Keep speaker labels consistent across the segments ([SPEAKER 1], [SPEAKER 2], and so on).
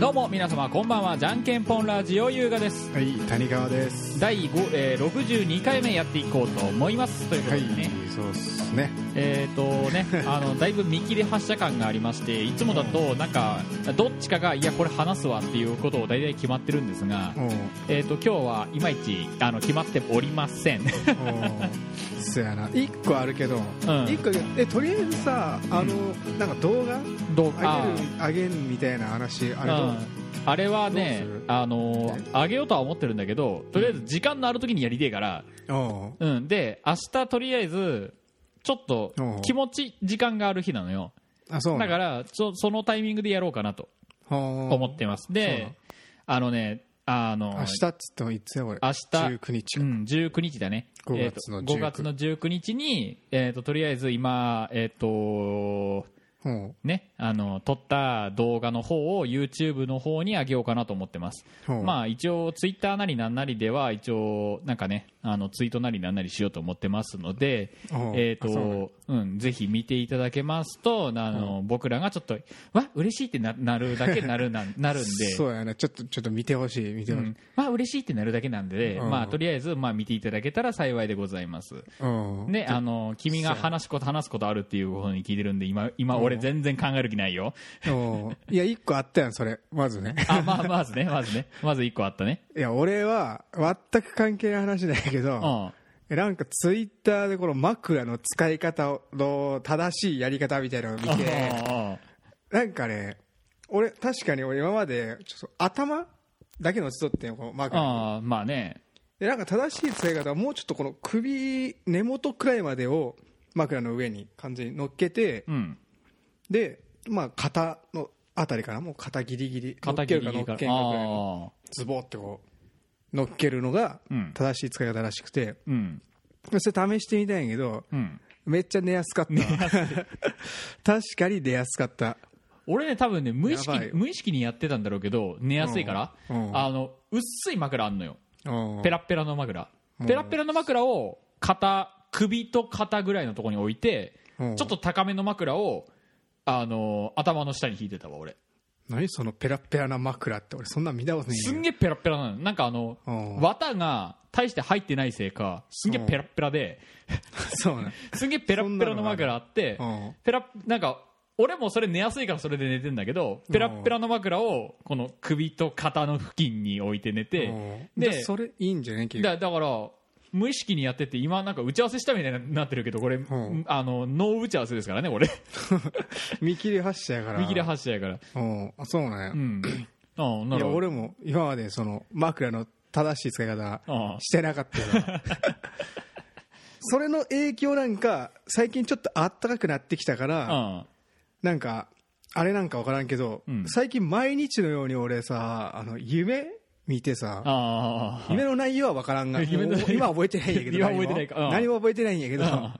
[SPEAKER 1] どうも皆様こんばんはじゃんけんぽんラジオ優雅です
[SPEAKER 2] はい、谷川です。
[SPEAKER 1] 第5、えー62回目やっていこうと思いますというこ
[SPEAKER 2] は
[SPEAKER 1] と
[SPEAKER 2] い
[SPEAKER 1] でね、、
[SPEAKER 2] そうですね。
[SPEAKER 1] えーと ねあのだいぶ見切り発車感がありましていつもだとなんかどっちかがいやこれ話すわっていうことを大体決まってるんですが
[SPEAKER 2] お、う
[SPEAKER 1] えー、と今日はいまいちあの決まっておりま せん
[SPEAKER 2] おうそやな。一個あるけど、
[SPEAKER 1] ん
[SPEAKER 2] 一個えとりあえずさ、あの、なんか動画
[SPEAKER 1] どう
[SPEAKER 2] あ
[SPEAKER 1] あ
[SPEAKER 2] げるあげんみたいな話あれどう
[SPEAKER 1] うんあれはね
[SPEAKER 2] どうする
[SPEAKER 1] あの
[SPEAKER 2] え
[SPEAKER 1] あげようとは思ってるんだけどとりあえず時間のある時にやりてえから、
[SPEAKER 2] おう
[SPEAKER 1] うん、で明日とりあえずちょっと
[SPEAKER 2] うん
[SPEAKER 1] 気持ち時間がある日なのよ
[SPEAKER 2] あそう
[SPEAKER 1] だかららそそのタイミングでやろうかなと思
[SPEAKER 2] 思
[SPEAKER 1] って
[SPEAKER 2] ま
[SPEAKER 1] ます
[SPEAKER 2] そうな
[SPEAKER 1] で
[SPEAKER 2] の
[SPEAKER 1] あのねあの
[SPEAKER 2] 明日っつってもいつや俺
[SPEAKER 1] 明日
[SPEAKER 2] 19日
[SPEAKER 1] うん、19日だね
[SPEAKER 2] 5月の
[SPEAKER 1] えー
[SPEAKER 2] 19
[SPEAKER 1] と5月の19日に、えー、ととりあえず今、えっと
[SPEAKER 2] おう
[SPEAKER 1] ね、あの撮った動画の方を YouTube の方に上げようかなと思ってます、
[SPEAKER 2] おう
[SPEAKER 1] まあ、一応 Twitter なりなんなりでは一応なんか、ね、あのツイートなりなんなりしようと思ってますので、
[SPEAKER 2] おう
[SPEAKER 1] えー
[SPEAKER 2] あそうな
[SPEAKER 1] とうん、ぜひ見ていただけますとあの、僕らがちょっとわ嬉しいってななるだけなる ななるんで。
[SPEAKER 2] そうやなちょっとちょっと見てほしい見て
[SPEAKER 1] う
[SPEAKER 2] ほしい、
[SPEAKER 1] んまあ嬉しいってなるだけなんで、
[SPEAKER 2] うん
[SPEAKER 1] まあとりあえずまあ見ていただけたら幸いでございます。
[SPEAKER 2] うん
[SPEAKER 1] ね、あの君が話すこと話すことあるっていうことに聞いてるんで今今俺全然考える気ないよ。
[SPEAKER 2] おういや一個あったやんそれまずね
[SPEAKER 1] あまあまずねまずねまず一個あったね。
[SPEAKER 2] いや俺は全く関係ない話だけど、
[SPEAKER 1] うん。
[SPEAKER 2] なんかツイッターでこの枕の使い方の正しいやり方みたいなのを見てなんかね俺確かに俺今までちょっと頭だけのちとってんよこの枕
[SPEAKER 1] ああまあね。
[SPEAKER 2] でなんか正しい使い方はもうちょっとこの首根元くらいまでを枕の上に完全に乗っけて
[SPEAKER 1] うん。
[SPEAKER 2] でまあ肩のあたりからもう肩ギリギリ乗っ
[SPEAKER 1] 肩
[SPEAKER 2] け
[SPEAKER 1] 切
[SPEAKER 2] るか乗
[SPEAKER 1] り
[SPEAKER 2] っけ
[SPEAKER 1] か。
[SPEAKER 2] んからぐらいの
[SPEAKER 1] ああ。
[SPEAKER 2] ズボってこう乗っけるのが
[SPEAKER 1] うん
[SPEAKER 2] 正しい使い方らしくて
[SPEAKER 1] うん。
[SPEAKER 2] それ試してみたいんやけど
[SPEAKER 1] うん。
[SPEAKER 2] めっちゃ寝やすかった確かに寝やすかった
[SPEAKER 1] 俺ね多分ね無意
[SPEAKER 2] やばい
[SPEAKER 1] 識
[SPEAKER 2] よ
[SPEAKER 1] 無意識にやってたんだろうけど寝やすいから、
[SPEAKER 2] うんうん
[SPEAKER 1] あの薄い枕あんのよ。ペ
[SPEAKER 2] ペ
[SPEAKER 1] ラッペラの枕
[SPEAKER 2] うん
[SPEAKER 1] ペラッペラの枕を肩首と肩ぐらいのところに置いて
[SPEAKER 2] う
[SPEAKER 1] ち
[SPEAKER 2] ん
[SPEAKER 1] ょっと高めの枕をあのー頭の下に引いてたわ俺
[SPEAKER 2] 何そのペラペラな枕って俺そんなん見たことない
[SPEAKER 1] すんげえペラッペラなのなんかあの
[SPEAKER 2] うん
[SPEAKER 1] 綿が大して入ってないせいかすんげえペラッペラで
[SPEAKER 2] そう なん
[SPEAKER 1] すんげえペラッペラの枕あって
[SPEAKER 2] うん
[SPEAKER 1] ペラなんか俺もそれ寝やすいからそれで寝てんだけどペラッペラの枕をこの首と肩の付近に置いて寝て
[SPEAKER 2] うん
[SPEAKER 1] で
[SPEAKER 2] じゃあそれいいんじゃね結局
[SPEAKER 1] だだから無意識にやってて今なんか打ち合わせしたみたいになってるけどこれ、
[SPEAKER 2] ん
[SPEAKER 1] あのノー打ち合わせですからね俺
[SPEAKER 2] 見切り発車やから
[SPEAKER 1] 見切り発車やから
[SPEAKER 2] うんあそうなんや、
[SPEAKER 1] うんああないる
[SPEAKER 2] や
[SPEAKER 1] ほど
[SPEAKER 2] 俺も今までその枕の正しい使い方
[SPEAKER 1] うん
[SPEAKER 2] してなかったからそれの影響なんか最近ちょっとあったかくなってきたから、
[SPEAKER 1] あ
[SPEAKER 2] なんかあれなんか分からんけど、
[SPEAKER 1] うん
[SPEAKER 2] 最近毎日のように俺さあの夢見てさ
[SPEAKER 1] あ
[SPEAKER 2] 夢の内容は分からんが
[SPEAKER 1] 夢の内容
[SPEAKER 2] もう今は覚えてないんやけ ど
[SPEAKER 1] 今覚えてないか
[SPEAKER 2] 何
[SPEAKER 1] うん
[SPEAKER 2] も何も覚えてないんやけど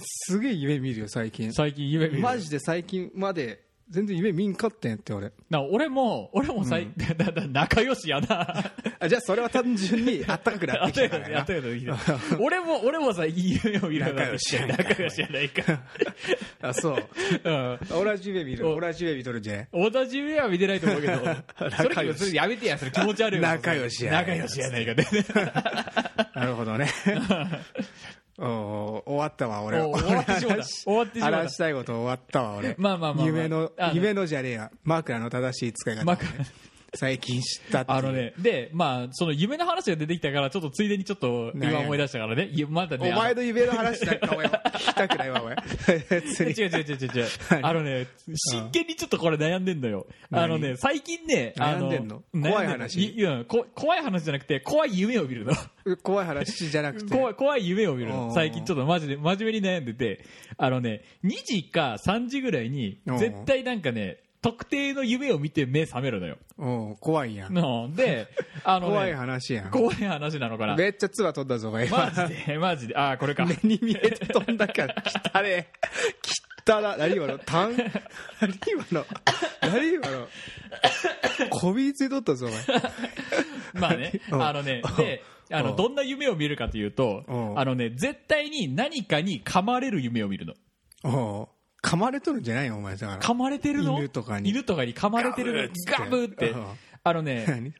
[SPEAKER 2] すげえ夢見るよ最近
[SPEAKER 1] 最近夢見る
[SPEAKER 2] マジで最近まで全然夢見んかったんやって俺
[SPEAKER 1] な俺も俺も最、だだ仲良しやな
[SPEAKER 2] あじゃあそれは単純にあったかくな
[SPEAKER 1] や
[SPEAKER 2] っ
[SPEAKER 1] って
[SPEAKER 2] き
[SPEAKER 1] て
[SPEAKER 2] たから
[SPEAKER 1] や
[SPEAKER 2] や
[SPEAKER 1] ってるやってる俺も俺もさいい夢を見るようになってきて仲
[SPEAKER 2] 仲
[SPEAKER 1] 良
[SPEAKER 2] 良
[SPEAKER 1] し
[SPEAKER 2] し
[SPEAKER 1] やないか、
[SPEAKER 2] あそう
[SPEAKER 1] うん、
[SPEAKER 2] 同じ夢見る
[SPEAKER 1] お
[SPEAKER 2] 同じ夢見とるんじゃね
[SPEAKER 1] 同じ夢は見てないと思うけどそれそれやめてやそれ気持ち悪いわ
[SPEAKER 2] 仲良しや
[SPEAKER 1] 仲良しやないかね
[SPEAKER 2] なるほ どねおー終わったわ俺
[SPEAKER 1] おー終わってしまった
[SPEAKER 2] 俺話
[SPEAKER 1] 終わってしまった
[SPEAKER 2] 話したいこと終わったわ俺
[SPEAKER 1] まあまあまあまあ
[SPEAKER 2] 夢の
[SPEAKER 1] あの
[SPEAKER 2] 夢のじゃねえや枕の正しい使い方をね、
[SPEAKER 1] 枕
[SPEAKER 2] 最近知ったっていう
[SPEAKER 1] あのね、で、まあ、その夢の話が出てきたから、ちょっとついでにちょっと、
[SPEAKER 2] ね
[SPEAKER 1] 今思い出したからね、いやまだ
[SPEAKER 2] お
[SPEAKER 1] ね、
[SPEAKER 2] 前の夢の話なんか俺聞きたくないわ俺
[SPEAKER 1] あ
[SPEAKER 2] 別
[SPEAKER 1] の
[SPEAKER 2] に
[SPEAKER 1] 違う違う違う違う違う、あのね、真剣にちょっとこれ悩んでんのよ。
[SPEAKER 2] 何
[SPEAKER 1] あのね、最近ね、あ
[SPEAKER 2] 悩んでんの
[SPEAKER 1] 悩
[SPEAKER 2] 怖い話
[SPEAKER 1] いやこ怖い話じゃなくて、怖い夢を見るの。
[SPEAKER 2] 怖い話じゃなくて
[SPEAKER 1] 怖い、怖い夢を見る
[SPEAKER 2] う
[SPEAKER 1] の。
[SPEAKER 2] ん
[SPEAKER 1] 最近ちょっとマジで、真面目に悩んでて、あのね、2時か3時ぐらいに
[SPEAKER 2] う、ん
[SPEAKER 1] 絶対なんかね、特定の夢を見て目覚めるのよ。
[SPEAKER 2] うん怖いやん、
[SPEAKER 1] うんで、あのね、
[SPEAKER 2] 怖い話やん
[SPEAKER 1] 怖い話なのかな。
[SPEAKER 2] めっちゃ唾飛んだぞお前
[SPEAKER 1] マジで、マジで、ああ、これか。
[SPEAKER 2] 目に見えて飛んだから汚れ汚ら何今のたん何今の何今のこびりついとったぞお前、
[SPEAKER 1] まあね
[SPEAKER 2] うん
[SPEAKER 1] あのね、で、あ
[SPEAKER 2] う
[SPEAKER 1] の、
[SPEAKER 2] ん
[SPEAKER 1] どんな夢を見るかというと
[SPEAKER 2] う、ん
[SPEAKER 1] あのね、絶対に何かに噛まれる夢を見るの。
[SPEAKER 2] おう噛まれとるんじゃないのお前だから
[SPEAKER 1] 噛まれてるの
[SPEAKER 2] 犬とかに
[SPEAKER 1] 犬とかに噛まれてる
[SPEAKER 2] ガ
[SPEAKER 1] ガブ
[SPEAKER 2] ブー
[SPEAKER 1] ーっ
[SPEAKER 2] っつって
[SPEAKER 1] て
[SPEAKER 2] うん
[SPEAKER 1] あのね
[SPEAKER 2] 何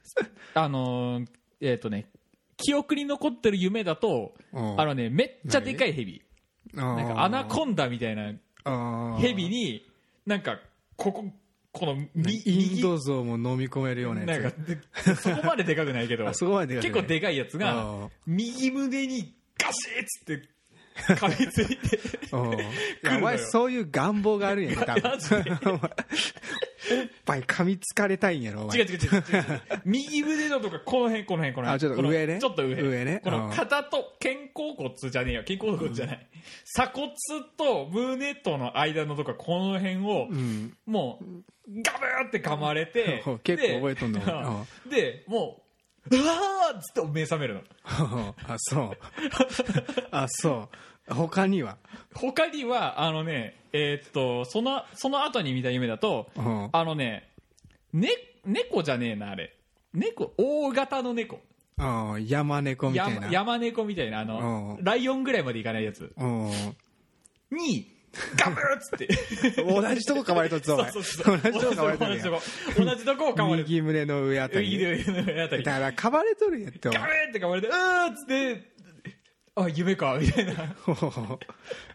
[SPEAKER 1] あのーえっ、とね記憶に残ってる夢だと
[SPEAKER 2] うん
[SPEAKER 1] あのねめっちゃでかいヘビ
[SPEAKER 2] な
[SPEAKER 1] なんかアナコンダみたいなヘビになんかこここのみ
[SPEAKER 2] イン
[SPEAKER 1] 右
[SPEAKER 2] ド像も飲み込めるような
[SPEAKER 1] なんか
[SPEAKER 2] やつ
[SPEAKER 1] でそこまででかくないけど
[SPEAKER 2] あそこまででかく
[SPEAKER 1] 結
[SPEAKER 2] ない
[SPEAKER 1] 構でかいやつ
[SPEAKER 2] う
[SPEAKER 1] が
[SPEAKER 2] ん
[SPEAKER 1] 右胸にガシッつって噛みついて
[SPEAKER 2] うんいや
[SPEAKER 1] よ
[SPEAKER 2] お前そういう願望があるんやね 多分お 前おっぱい噛みつかれたいんやろお前
[SPEAKER 1] 違う違う違う違う右腕のとかこの辺この辺この辺
[SPEAKER 2] あちょっと上
[SPEAKER 1] この
[SPEAKER 2] ね
[SPEAKER 1] ちょっと上
[SPEAKER 2] 上ね
[SPEAKER 1] こ
[SPEAKER 2] う
[SPEAKER 1] の
[SPEAKER 2] ん
[SPEAKER 1] 肩と肩甲骨じゃねえよ肩甲骨じゃない鎖骨と胸との間のとかこの辺を
[SPEAKER 2] うん
[SPEAKER 1] もうガブーって噛まれ て
[SPEAKER 2] 結構覚えとんの
[SPEAKER 1] ででもううわーっつって目覚めるの
[SPEAKER 2] あそうあそう他には
[SPEAKER 1] 他にはあのねえーっとそのその後に見た夢だと
[SPEAKER 2] うん
[SPEAKER 1] あのねね猫じゃねえなあれ猫大型の猫
[SPEAKER 2] うん山猫みたい
[SPEAKER 1] 山
[SPEAKER 2] な
[SPEAKER 1] 山猫みたいなあの
[SPEAKER 2] うん
[SPEAKER 1] ライオンぐらいまでいかないやつ
[SPEAKER 2] うん
[SPEAKER 1] にガブーっつって
[SPEAKER 2] 同じとこ噛まれとっつお
[SPEAKER 1] そう
[SPEAKER 2] 前
[SPEAKER 1] そう
[SPEAKER 2] 同じ
[SPEAKER 1] そう同
[SPEAKER 2] とこ噛まれとる
[SPEAKER 1] じとこ同じとこを噛ま
[SPEAKER 2] やん
[SPEAKER 1] れて
[SPEAKER 2] 右胸の上あた
[SPEAKER 1] 右
[SPEAKER 2] り
[SPEAKER 1] で上のあた
[SPEAKER 2] だ
[SPEAKER 1] り
[SPEAKER 2] から噛まれとるんやってお前
[SPEAKER 1] ガブーって噛まれてうーっつってあ夢かみたいな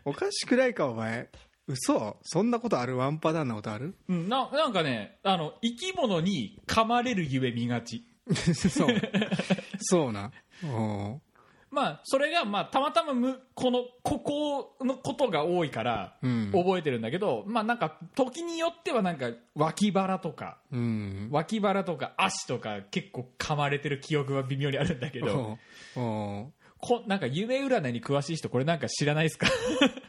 [SPEAKER 2] おかしくないかお前嘘そんなことあるワンパターンなことある
[SPEAKER 1] うんななんかねあの生き物に噛まれる夢見がち
[SPEAKER 2] そうそうなうん
[SPEAKER 1] まあ、それが、まあ、たまたまむこのここのことが多いから
[SPEAKER 2] うん
[SPEAKER 1] 覚えてるんだけど、まあ、なんか時によってはなんか脇腹とか
[SPEAKER 2] うん
[SPEAKER 1] 脇腹とか足とか結構噛まれてる記憶は微妙にあるんだけど
[SPEAKER 2] うんうん
[SPEAKER 1] こなんか夢占いに詳しい人これなんか知らないですか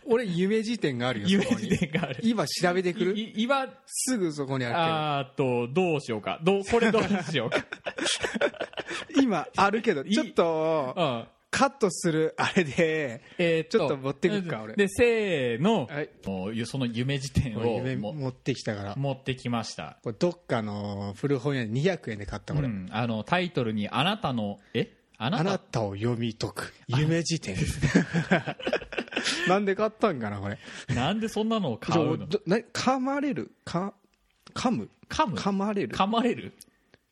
[SPEAKER 2] 俺夢辞典があるよ
[SPEAKER 1] 夢
[SPEAKER 2] そこに
[SPEAKER 1] 辞典がある
[SPEAKER 2] 今調べてくる
[SPEAKER 1] いい今
[SPEAKER 2] すぐそこにあ
[SPEAKER 1] あーっとどうしようかどうこれどうしよう か、
[SPEAKER 2] るけど今あるけどちょっと
[SPEAKER 1] うん
[SPEAKER 2] カットするあれで
[SPEAKER 1] えーと
[SPEAKER 2] ちょっと持ってくっか俺
[SPEAKER 1] でせーの、
[SPEAKER 2] はい
[SPEAKER 1] もうその夢辞典
[SPEAKER 2] これ夢
[SPEAKER 1] をも
[SPEAKER 2] 持ってきたから
[SPEAKER 1] 持ってきました
[SPEAKER 2] これどっかの古本屋で200円で買ったこれ、
[SPEAKER 1] うん、あのタイトルに「あなたのえあな
[SPEAKER 2] あ
[SPEAKER 1] た
[SPEAKER 2] なたを読み解く夢辞典 なんで買ったんかなこれ
[SPEAKER 1] なんでそんなのを買
[SPEAKER 2] ちょ
[SPEAKER 1] うの
[SPEAKER 2] どな噛まれるか噛む
[SPEAKER 1] 噛む
[SPEAKER 2] 噛まれる
[SPEAKER 1] 噛まれる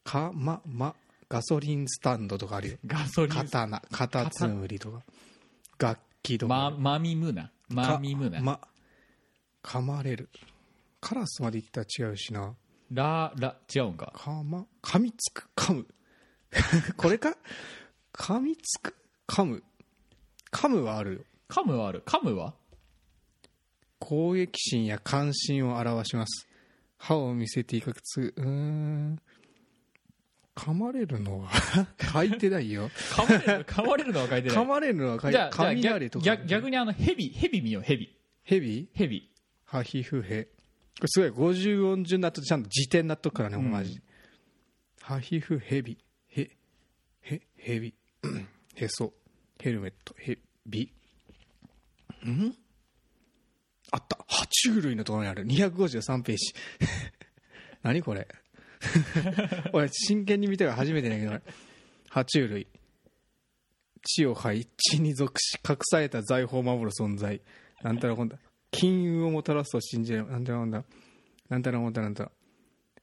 [SPEAKER 2] かままガソリンスタンドとかあるよ
[SPEAKER 1] ガソリン
[SPEAKER 2] 刀カタツムリとか楽器と
[SPEAKER 1] ま
[SPEAKER 2] か
[SPEAKER 1] マミムナマミムナ、
[SPEAKER 2] かま噛まれるカラスまで言ったら違うしな
[SPEAKER 1] ララ違うんか
[SPEAKER 2] かま噛みつく噛む これか噛みつく噛む噛むはあるよ
[SPEAKER 1] 噛むはある噛むは
[SPEAKER 2] 攻撃心や関心を表します歯を見せて威嚇つうーん噛まれるのは 書いてな いよ
[SPEAKER 1] 噛ま れる噛まれるのは書いてない
[SPEAKER 2] 噛まれるのは書い
[SPEAKER 1] じ
[SPEAKER 2] て
[SPEAKER 1] ゃあじゃあ
[SPEAKER 2] 雷と
[SPEAKER 1] 逆
[SPEAKER 2] か
[SPEAKER 1] 逆逆にあのヘビヘビ見ようヘビ
[SPEAKER 2] ヘビ
[SPEAKER 1] ヘビ
[SPEAKER 2] ハヒフヘこれすごい五十音順になっとってちゃんと辞典になっとくからね、マジハヒフヘビヘヘヘビうんへそヘルメットヘビんあった爬虫類のところにある253ページ 何これ 俺真剣に見たから初めてだけど俺爬虫類地を這い地に属し隠された財宝を守る存在なんたらこんだ金運をもたらすと信じるなんたらこんだなんたらこんだなんたら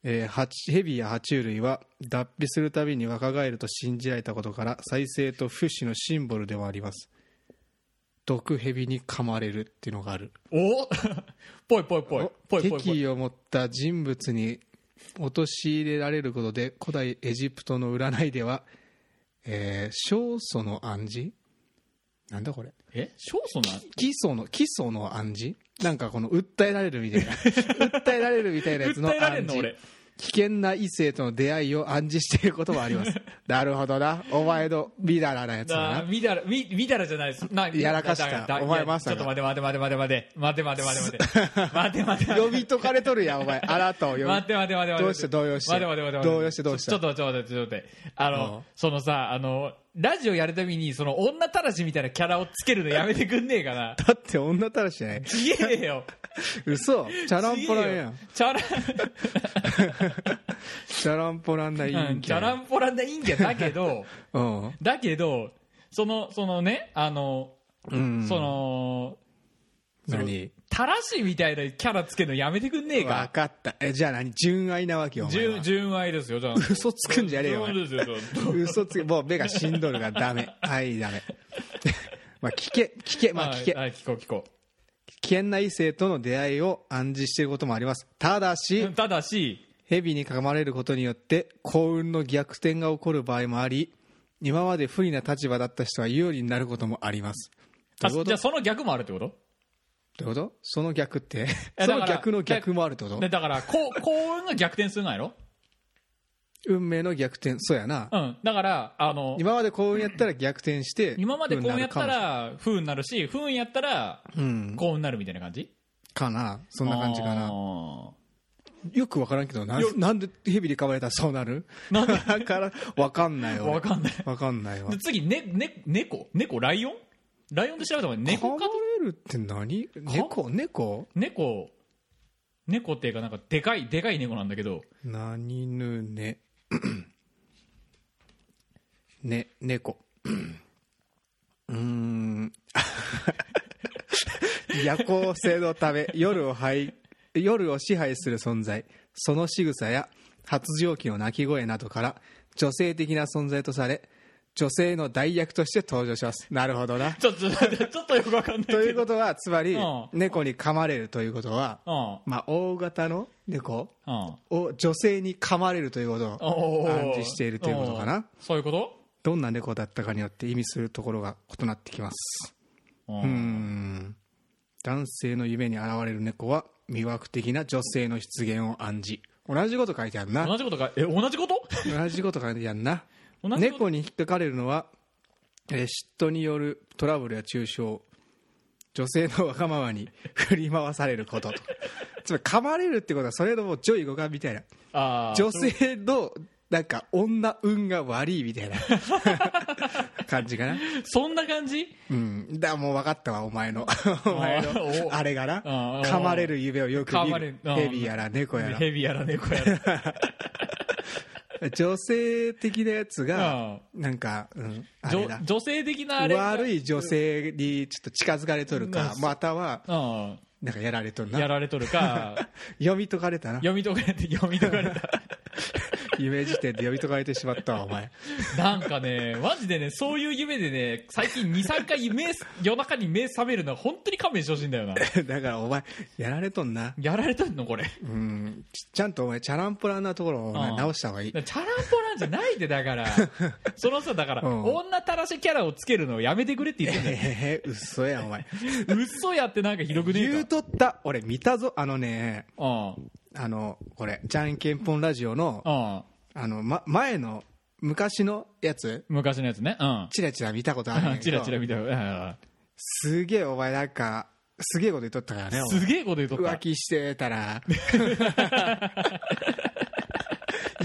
[SPEAKER 2] えー爬虫ヘビや爬虫類は脱皮するたびに若返ると信じられたことから再生と不死のシンボルでもあります毒ヘビに噛まれるっていうのがある
[SPEAKER 1] お ぽいぽいぽいぽいぽいぽ
[SPEAKER 2] 敵
[SPEAKER 1] い
[SPEAKER 2] 意を持った人物に陥れられることで古代エジプトの占いでは「えー、勝訴の暗示」なんだこれ
[SPEAKER 1] え勝訴な
[SPEAKER 2] 基礎の基礎の暗示なんかこの訴えられるみた いな訴えられるみたいなやつの
[SPEAKER 1] 訴えられん
[SPEAKER 2] 暗
[SPEAKER 1] の
[SPEAKER 2] 示
[SPEAKER 1] 俺
[SPEAKER 2] 危険な異性との出会いを暗示していることもあ りますなるほどなお前のみだらなやつだ
[SPEAKER 1] だ
[SPEAKER 2] な
[SPEAKER 1] みだらみみだらじゃないですな
[SPEAKER 2] やらかした
[SPEAKER 1] だだ
[SPEAKER 2] お前
[SPEAKER 1] いや
[SPEAKER 2] まさか
[SPEAKER 1] ちょっと待て待て待て待て待て待て待て待て待て待 て待て
[SPEAKER 2] 読み解かれとるやんお前あなたを読み
[SPEAKER 1] 待って待って待って待って
[SPEAKER 2] どうして動揺して
[SPEAKER 1] 待って待って待って
[SPEAKER 2] 動揺してどうした
[SPEAKER 1] ちょっと待って待ってちょっと待ってあ
[SPEAKER 2] うん
[SPEAKER 1] のそのさあのラジオやるたびにその女たらしみたいなキャラをつけるのやめてくんねえかな
[SPEAKER 2] だって女たらしじゃない
[SPEAKER 1] ちげえよ
[SPEAKER 2] 嘘チャラン
[SPEAKER 1] ち
[SPEAKER 2] ポ
[SPEAKER 1] げ
[SPEAKER 2] ラン
[SPEAKER 1] え
[SPEAKER 2] や
[SPEAKER 1] よ
[SPEAKER 2] ん
[SPEAKER 1] チャラ
[SPEAKER 2] チャランポランな
[SPEAKER 1] う
[SPEAKER 2] 陰
[SPEAKER 1] ん
[SPEAKER 2] キ
[SPEAKER 1] チャラ
[SPEAKER 2] ャ
[SPEAKER 1] ンポランな陰キャだけ ど
[SPEAKER 2] うん
[SPEAKER 1] だけどそのそのねあの
[SPEAKER 2] うん
[SPEAKER 1] その
[SPEAKER 2] 何
[SPEAKER 1] たらしみたいなキャラつけるのやめてくんねえ
[SPEAKER 2] 分
[SPEAKER 1] か
[SPEAKER 2] かったえじゃあ何純愛なわけよお前
[SPEAKER 1] 純
[SPEAKER 2] は
[SPEAKER 1] 純愛ですよじゃあ
[SPEAKER 2] 嘘つくんじゃねえよお
[SPEAKER 1] そう
[SPEAKER 2] 前
[SPEAKER 1] ですよそう
[SPEAKER 2] 嘘つけもう目がしんどるがダ メはいダメ まあ聞け聞け まあ聞け
[SPEAKER 1] はいはい聞こう聞こ
[SPEAKER 2] 危険な異性との出会いを暗示していることもありますただし、
[SPEAKER 1] うただし
[SPEAKER 2] 蛇に噛まれることによって幸運の逆転が起こる場合もあり今まで不利な立場だった人は有利になることもあります
[SPEAKER 1] あ
[SPEAKER 2] どういうこと
[SPEAKER 1] じゃあその逆もあるってこと
[SPEAKER 2] どういうことその逆って
[SPEAKER 1] やだから
[SPEAKER 2] その逆の逆もあるってこと
[SPEAKER 1] でだからこう幸運が逆転するなんやろ
[SPEAKER 2] 運命の逆転そうやな
[SPEAKER 1] うんだからあの
[SPEAKER 2] 今まで幸運やったら逆転して
[SPEAKER 1] 今までこ
[SPEAKER 2] 不運
[SPEAKER 1] う
[SPEAKER 2] に
[SPEAKER 1] や
[SPEAKER 2] な
[SPEAKER 1] っ
[SPEAKER 2] るか
[SPEAKER 1] た
[SPEAKER 2] も
[SPEAKER 1] ら不運になるし不運やったら
[SPEAKER 2] うん
[SPEAKER 1] 幸運になるみたいな感じ
[SPEAKER 2] かなそ
[SPEAKER 1] こ
[SPEAKER 2] んな感じかなよく分からんけどな
[SPEAKER 1] よ
[SPEAKER 2] なんで蛇に噛まれたらそうなる
[SPEAKER 1] なんで
[SPEAKER 2] だから分かんないわ
[SPEAKER 1] わか んない
[SPEAKER 2] 分かんないわ
[SPEAKER 1] で次、ねね、猫猫ライオンライオンで調べたもんね
[SPEAKER 2] 噛
[SPEAKER 1] 猫
[SPEAKER 2] ま
[SPEAKER 1] かと
[SPEAKER 2] れるって何猫猫
[SPEAKER 1] 猫猫っていうかなんかでかいでかい猫なんだけど
[SPEAKER 2] 何ぬね ね猫 うーん 夜行性のため夜をはい夜を支配する存在その仕草や発情期の鳴き声などから女性的な存在とされ女性の代役として登場しますなるほどな
[SPEAKER 1] ちょっとちょっとちょっとよくわかんないけ
[SPEAKER 2] と
[SPEAKER 1] ど
[SPEAKER 2] いうことはつまり
[SPEAKER 1] うん
[SPEAKER 2] 猫に噛まれるということは、
[SPEAKER 1] と
[SPEAKER 2] まあ、大型の猫
[SPEAKER 1] うんうん
[SPEAKER 2] を女性に噛まれるということ
[SPEAKER 1] お
[SPEAKER 2] を
[SPEAKER 1] ー
[SPEAKER 2] 暗示しているということか
[SPEAKER 1] おー
[SPEAKER 2] な
[SPEAKER 1] そういうこと
[SPEAKER 2] どんな猫だったかによって意味するところが異なってきます
[SPEAKER 1] う
[SPEAKER 2] うーん男性の夢に現れる猫は魅惑的な女性の出現を暗示同じこと書いてあるな
[SPEAKER 1] 同じことかえ同じこと
[SPEAKER 2] 同じこと書いてあるな
[SPEAKER 1] 同じこと
[SPEAKER 2] 猫に引っかかれるのは、えー嫉妬によるトラブルや中傷女性のわがままに振り回されることとつまり噛まれるってことはそれのもう上位互換みたいな
[SPEAKER 1] あー
[SPEAKER 2] 女性のなんか女運が悪いみたいな感じかな
[SPEAKER 1] そんな感じ
[SPEAKER 2] うんだからもう分かったわお前の お前
[SPEAKER 1] お
[SPEAKER 2] のあれがな
[SPEAKER 1] あ
[SPEAKER 2] 噛まれる夢をよく
[SPEAKER 1] 噛
[SPEAKER 2] 見
[SPEAKER 1] まれる
[SPEAKER 2] るヘビやら猫や
[SPEAKER 1] ヘビやら猫 やら
[SPEAKER 2] ら女性的なやつがなんか、うん、あれだ
[SPEAKER 1] 女女性的なあれが
[SPEAKER 2] 悪い女性にちょっと近づかれとるか
[SPEAKER 1] うん
[SPEAKER 2] または
[SPEAKER 1] うん
[SPEAKER 2] なんかやられとる
[SPEAKER 1] や
[SPEAKER 2] な
[SPEAKER 1] られとる か
[SPEAKER 2] 読み解かれたな
[SPEAKER 1] 読み解かれて読み解かれた
[SPEAKER 2] 夢時点で読み解かれてしまったわお前
[SPEAKER 1] なんかね、マジでね、そういう夢でね、最近2、3回目、夜中に目覚めるのは本当に勘弁してほしいんだよな。
[SPEAKER 2] だからお前やられとんな
[SPEAKER 1] やられてんのこれ。
[SPEAKER 2] うんちちゃんとお前チャランポランなところをお前
[SPEAKER 1] うん
[SPEAKER 2] 直した方がいい
[SPEAKER 1] チャランポランじゃないで、だから。そのさ、だから、
[SPEAKER 2] うん
[SPEAKER 1] 女たらしキャラをつけるのをやめてくれって言ってんだよ。
[SPEAKER 2] ええ 嘘やお前
[SPEAKER 1] 嘘やってなんかひどくね
[SPEAKER 2] 言
[SPEAKER 1] え
[SPEAKER 2] う
[SPEAKER 1] か。
[SPEAKER 2] とった俺見たぞあのね
[SPEAKER 1] うん。
[SPEAKER 2] あのこれじゃんけんぽんラジオの
[SPEAKER 1] うん。
[SPEAKER 2] あの、ま、前の昔のやつ
[SPEAKER 1] 昔のやつね。うん。
[SPEAKER 2] チラチラ見たことあるんやけ
[SPEAKER 1] チ
[SPEAKER 2] ど
[SPEAKER 1] ラチラ見たようんうん
[SPEAKER 2] すげえお前なんかすげえこと言っとったからね
[SPEAKER 1] う
[SPEAKER 2] お
[SPEAKER 1] ん。
[SPEAKER 2] 前
[SPEAKER 1] すげえこと言うとった
[SPEAKER 2] 浮。気して たら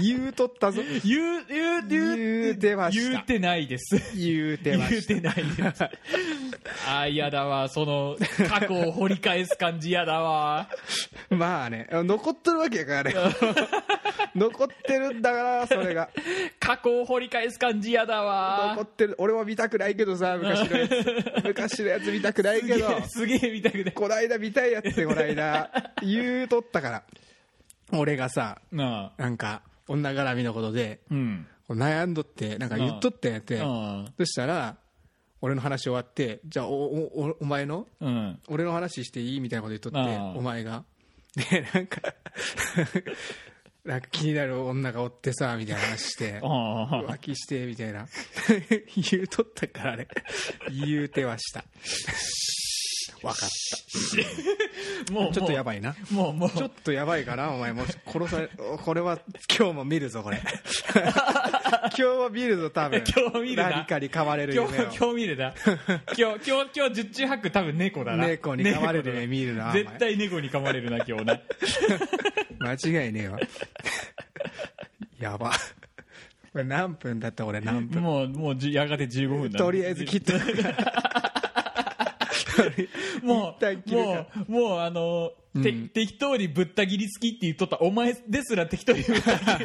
[SPEAKER 2] 言うとったぞ
[SPEAKER 1] 言う、言う、言う。
[SPEAKER 2] 言うてました
[SPEAKER 1] 言うてないです。
[SPEAKER 2] 言うてま
[SPEAKER 1] 言う
[SPEAKER 2] した
[SPEAKER 1] てないです。あー、嫌だわ。その、過去を掘り返す感じ嫌だわ。
[SPEAKER 2] まあね残っとるわけやからね残ってるんだからそ れが
[SPEAKER 1] 過去を掘り返す感じ嫌だ
[SPEAKER 2] 残
[SPEAKER 1] わ
[SPEAKER 2] ってる俺は見たくないけどさ昔の やつ昔のやつ見たくないけど
[SPEAKER 1] すげえすげえ見たくない
[SPEAKER 2] こないだ見たいやつでこないだ言うとったから俺がさ
[SPEAKER 1] なあ
[SPEAKER 2] なんか女絡みのことで
[SPEAKER 1] うん
[SPEAKER 2] 悩んどってなんか言っとったんやって
[SPEAKER 1] うん
[SPEAKER 2] そしたら俺の話終わってじゃあおおおお前の
[SPEAKER 1] うん
[SPEAKER 2] 俺の話していいみたいなこと言っとって
[SPEAKER 1] ああ
[SPEAKER 2] お前がでなんか なんか気になる女がおってさみたいな話 して
[SPEAKER 1] ああ
[SPEAKER 2] 浮気してみたいな 言うとったからね言うては した分かった
[SPEAKER 1] もう
[SPEAKER 2] ちょっとや
[SPEAKER 1] ば
[SPEAKER 2] ばいな
[SPEAKER 1] もうもう
[SPEAKER 2] ちょっとやばいかなお前もし殺されこれは今日も見るぞ これ今日は見るぞ多分
[SPEAKER 1] 今日見るな
[SPEAKER 2] 何かに噛まれる
[SPEAKER 1] 今
[SPEAKER 2] 夢
[SPEAKER 1] 日今日見るな今日今日今日十中八九多分猫だ
[SPEAKER 2] を
[SPEAKER 1] な
[SPEAKER 2] 猫に噛まれる夢見るなお前
[SPEAKER 1] 絶対猫に噛まれるな今 日な
[SPEAKER 2] 間違いねえわ やばこれ何分だった俺何分
[SPEAKER 1] もうもうじやがて15分だ
[SPEAKER 2] とりあえず切 った
[SPEAKER 1] もう
[SPEAKER 2] 一旦切るか
[SPEAKER 1] もうもうあのて
[SPEAKER 2] うん
[SPEAKER 1] 適当にぶった切り好きって言っとったお前ですら 適当にぶった切り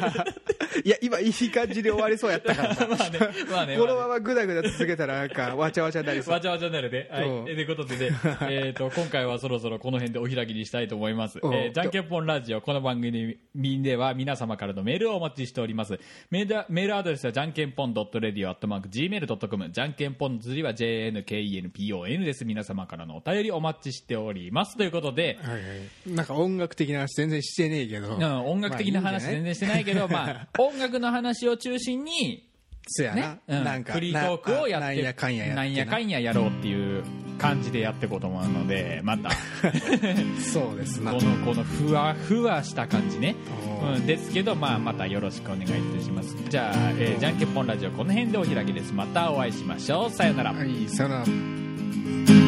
[SPEAKER 2] いや、今いい感じで終わりそうやったからさ。
[SPEAKER 1] まあねまあね
[SPEAKER 2] この
[SPEAKER 1] まあ
[SPEAKER 2] ま
[SPEAKER 1] ね
[SPEAKER 2] まぐだぐだ続けたらなんか、わちゃわちゃになりそう
[SPEAKER 1] わ。ちゃわちゃになるで、はい、
[SPEAKER 2] うん
[SPEAKER 1] えということで ね、えー、と今回はそろそろこの辺でお開きにしたいと思います、
[SPEAKER 2] うん
[SPEAKER 1] えーじゃんけんぽんラジオこの番組では皆様からのメールをお待ちしておりますメールメールアドレスはじゃんけんぽん .radio.gmail.com じゃんけんぽん釣りは JNKENPON です皆様からのお便りお待ちしておりますということで、
[SPEAKER 2] はいはいなんか音楽的な話全然してねえけど。
[SPEAKER 1] うん、音楽的な話
[SPEAKER 2] まあいいんじ
[SPEAKER 1] 全然
[SPEAKER 2] ゃない
[SPEAKER 1] してないけど、まあ、音楽の話を中心に、
[SPEAKER 2] そうやな
[SPEAKER 1] ね。うん
[SPEAKER 2] なんか、
[SPEAKER 1] フリートークをやって
[SPEAKER 2] なんやかんややって
[SPEAKER 1] な
[SPEAKER 2] な。
[SPEAKER 1] んやかんややろうっていう感じでやっていこうと思うのでま たこ
[SPEAKER 2] そうですな。
[SPEAKER 1] のこのふわふわした感じね、
[SPEAKER 2] おー
[SPEAKER 1] うん、ですけど、まあ、またよろしくお願いいたしますじゃあ、えーじゃんけんぽんラジオこの辺でお開きですまたお会いしましょうさよなら、
[SPEAKER 2] はい、さよなら。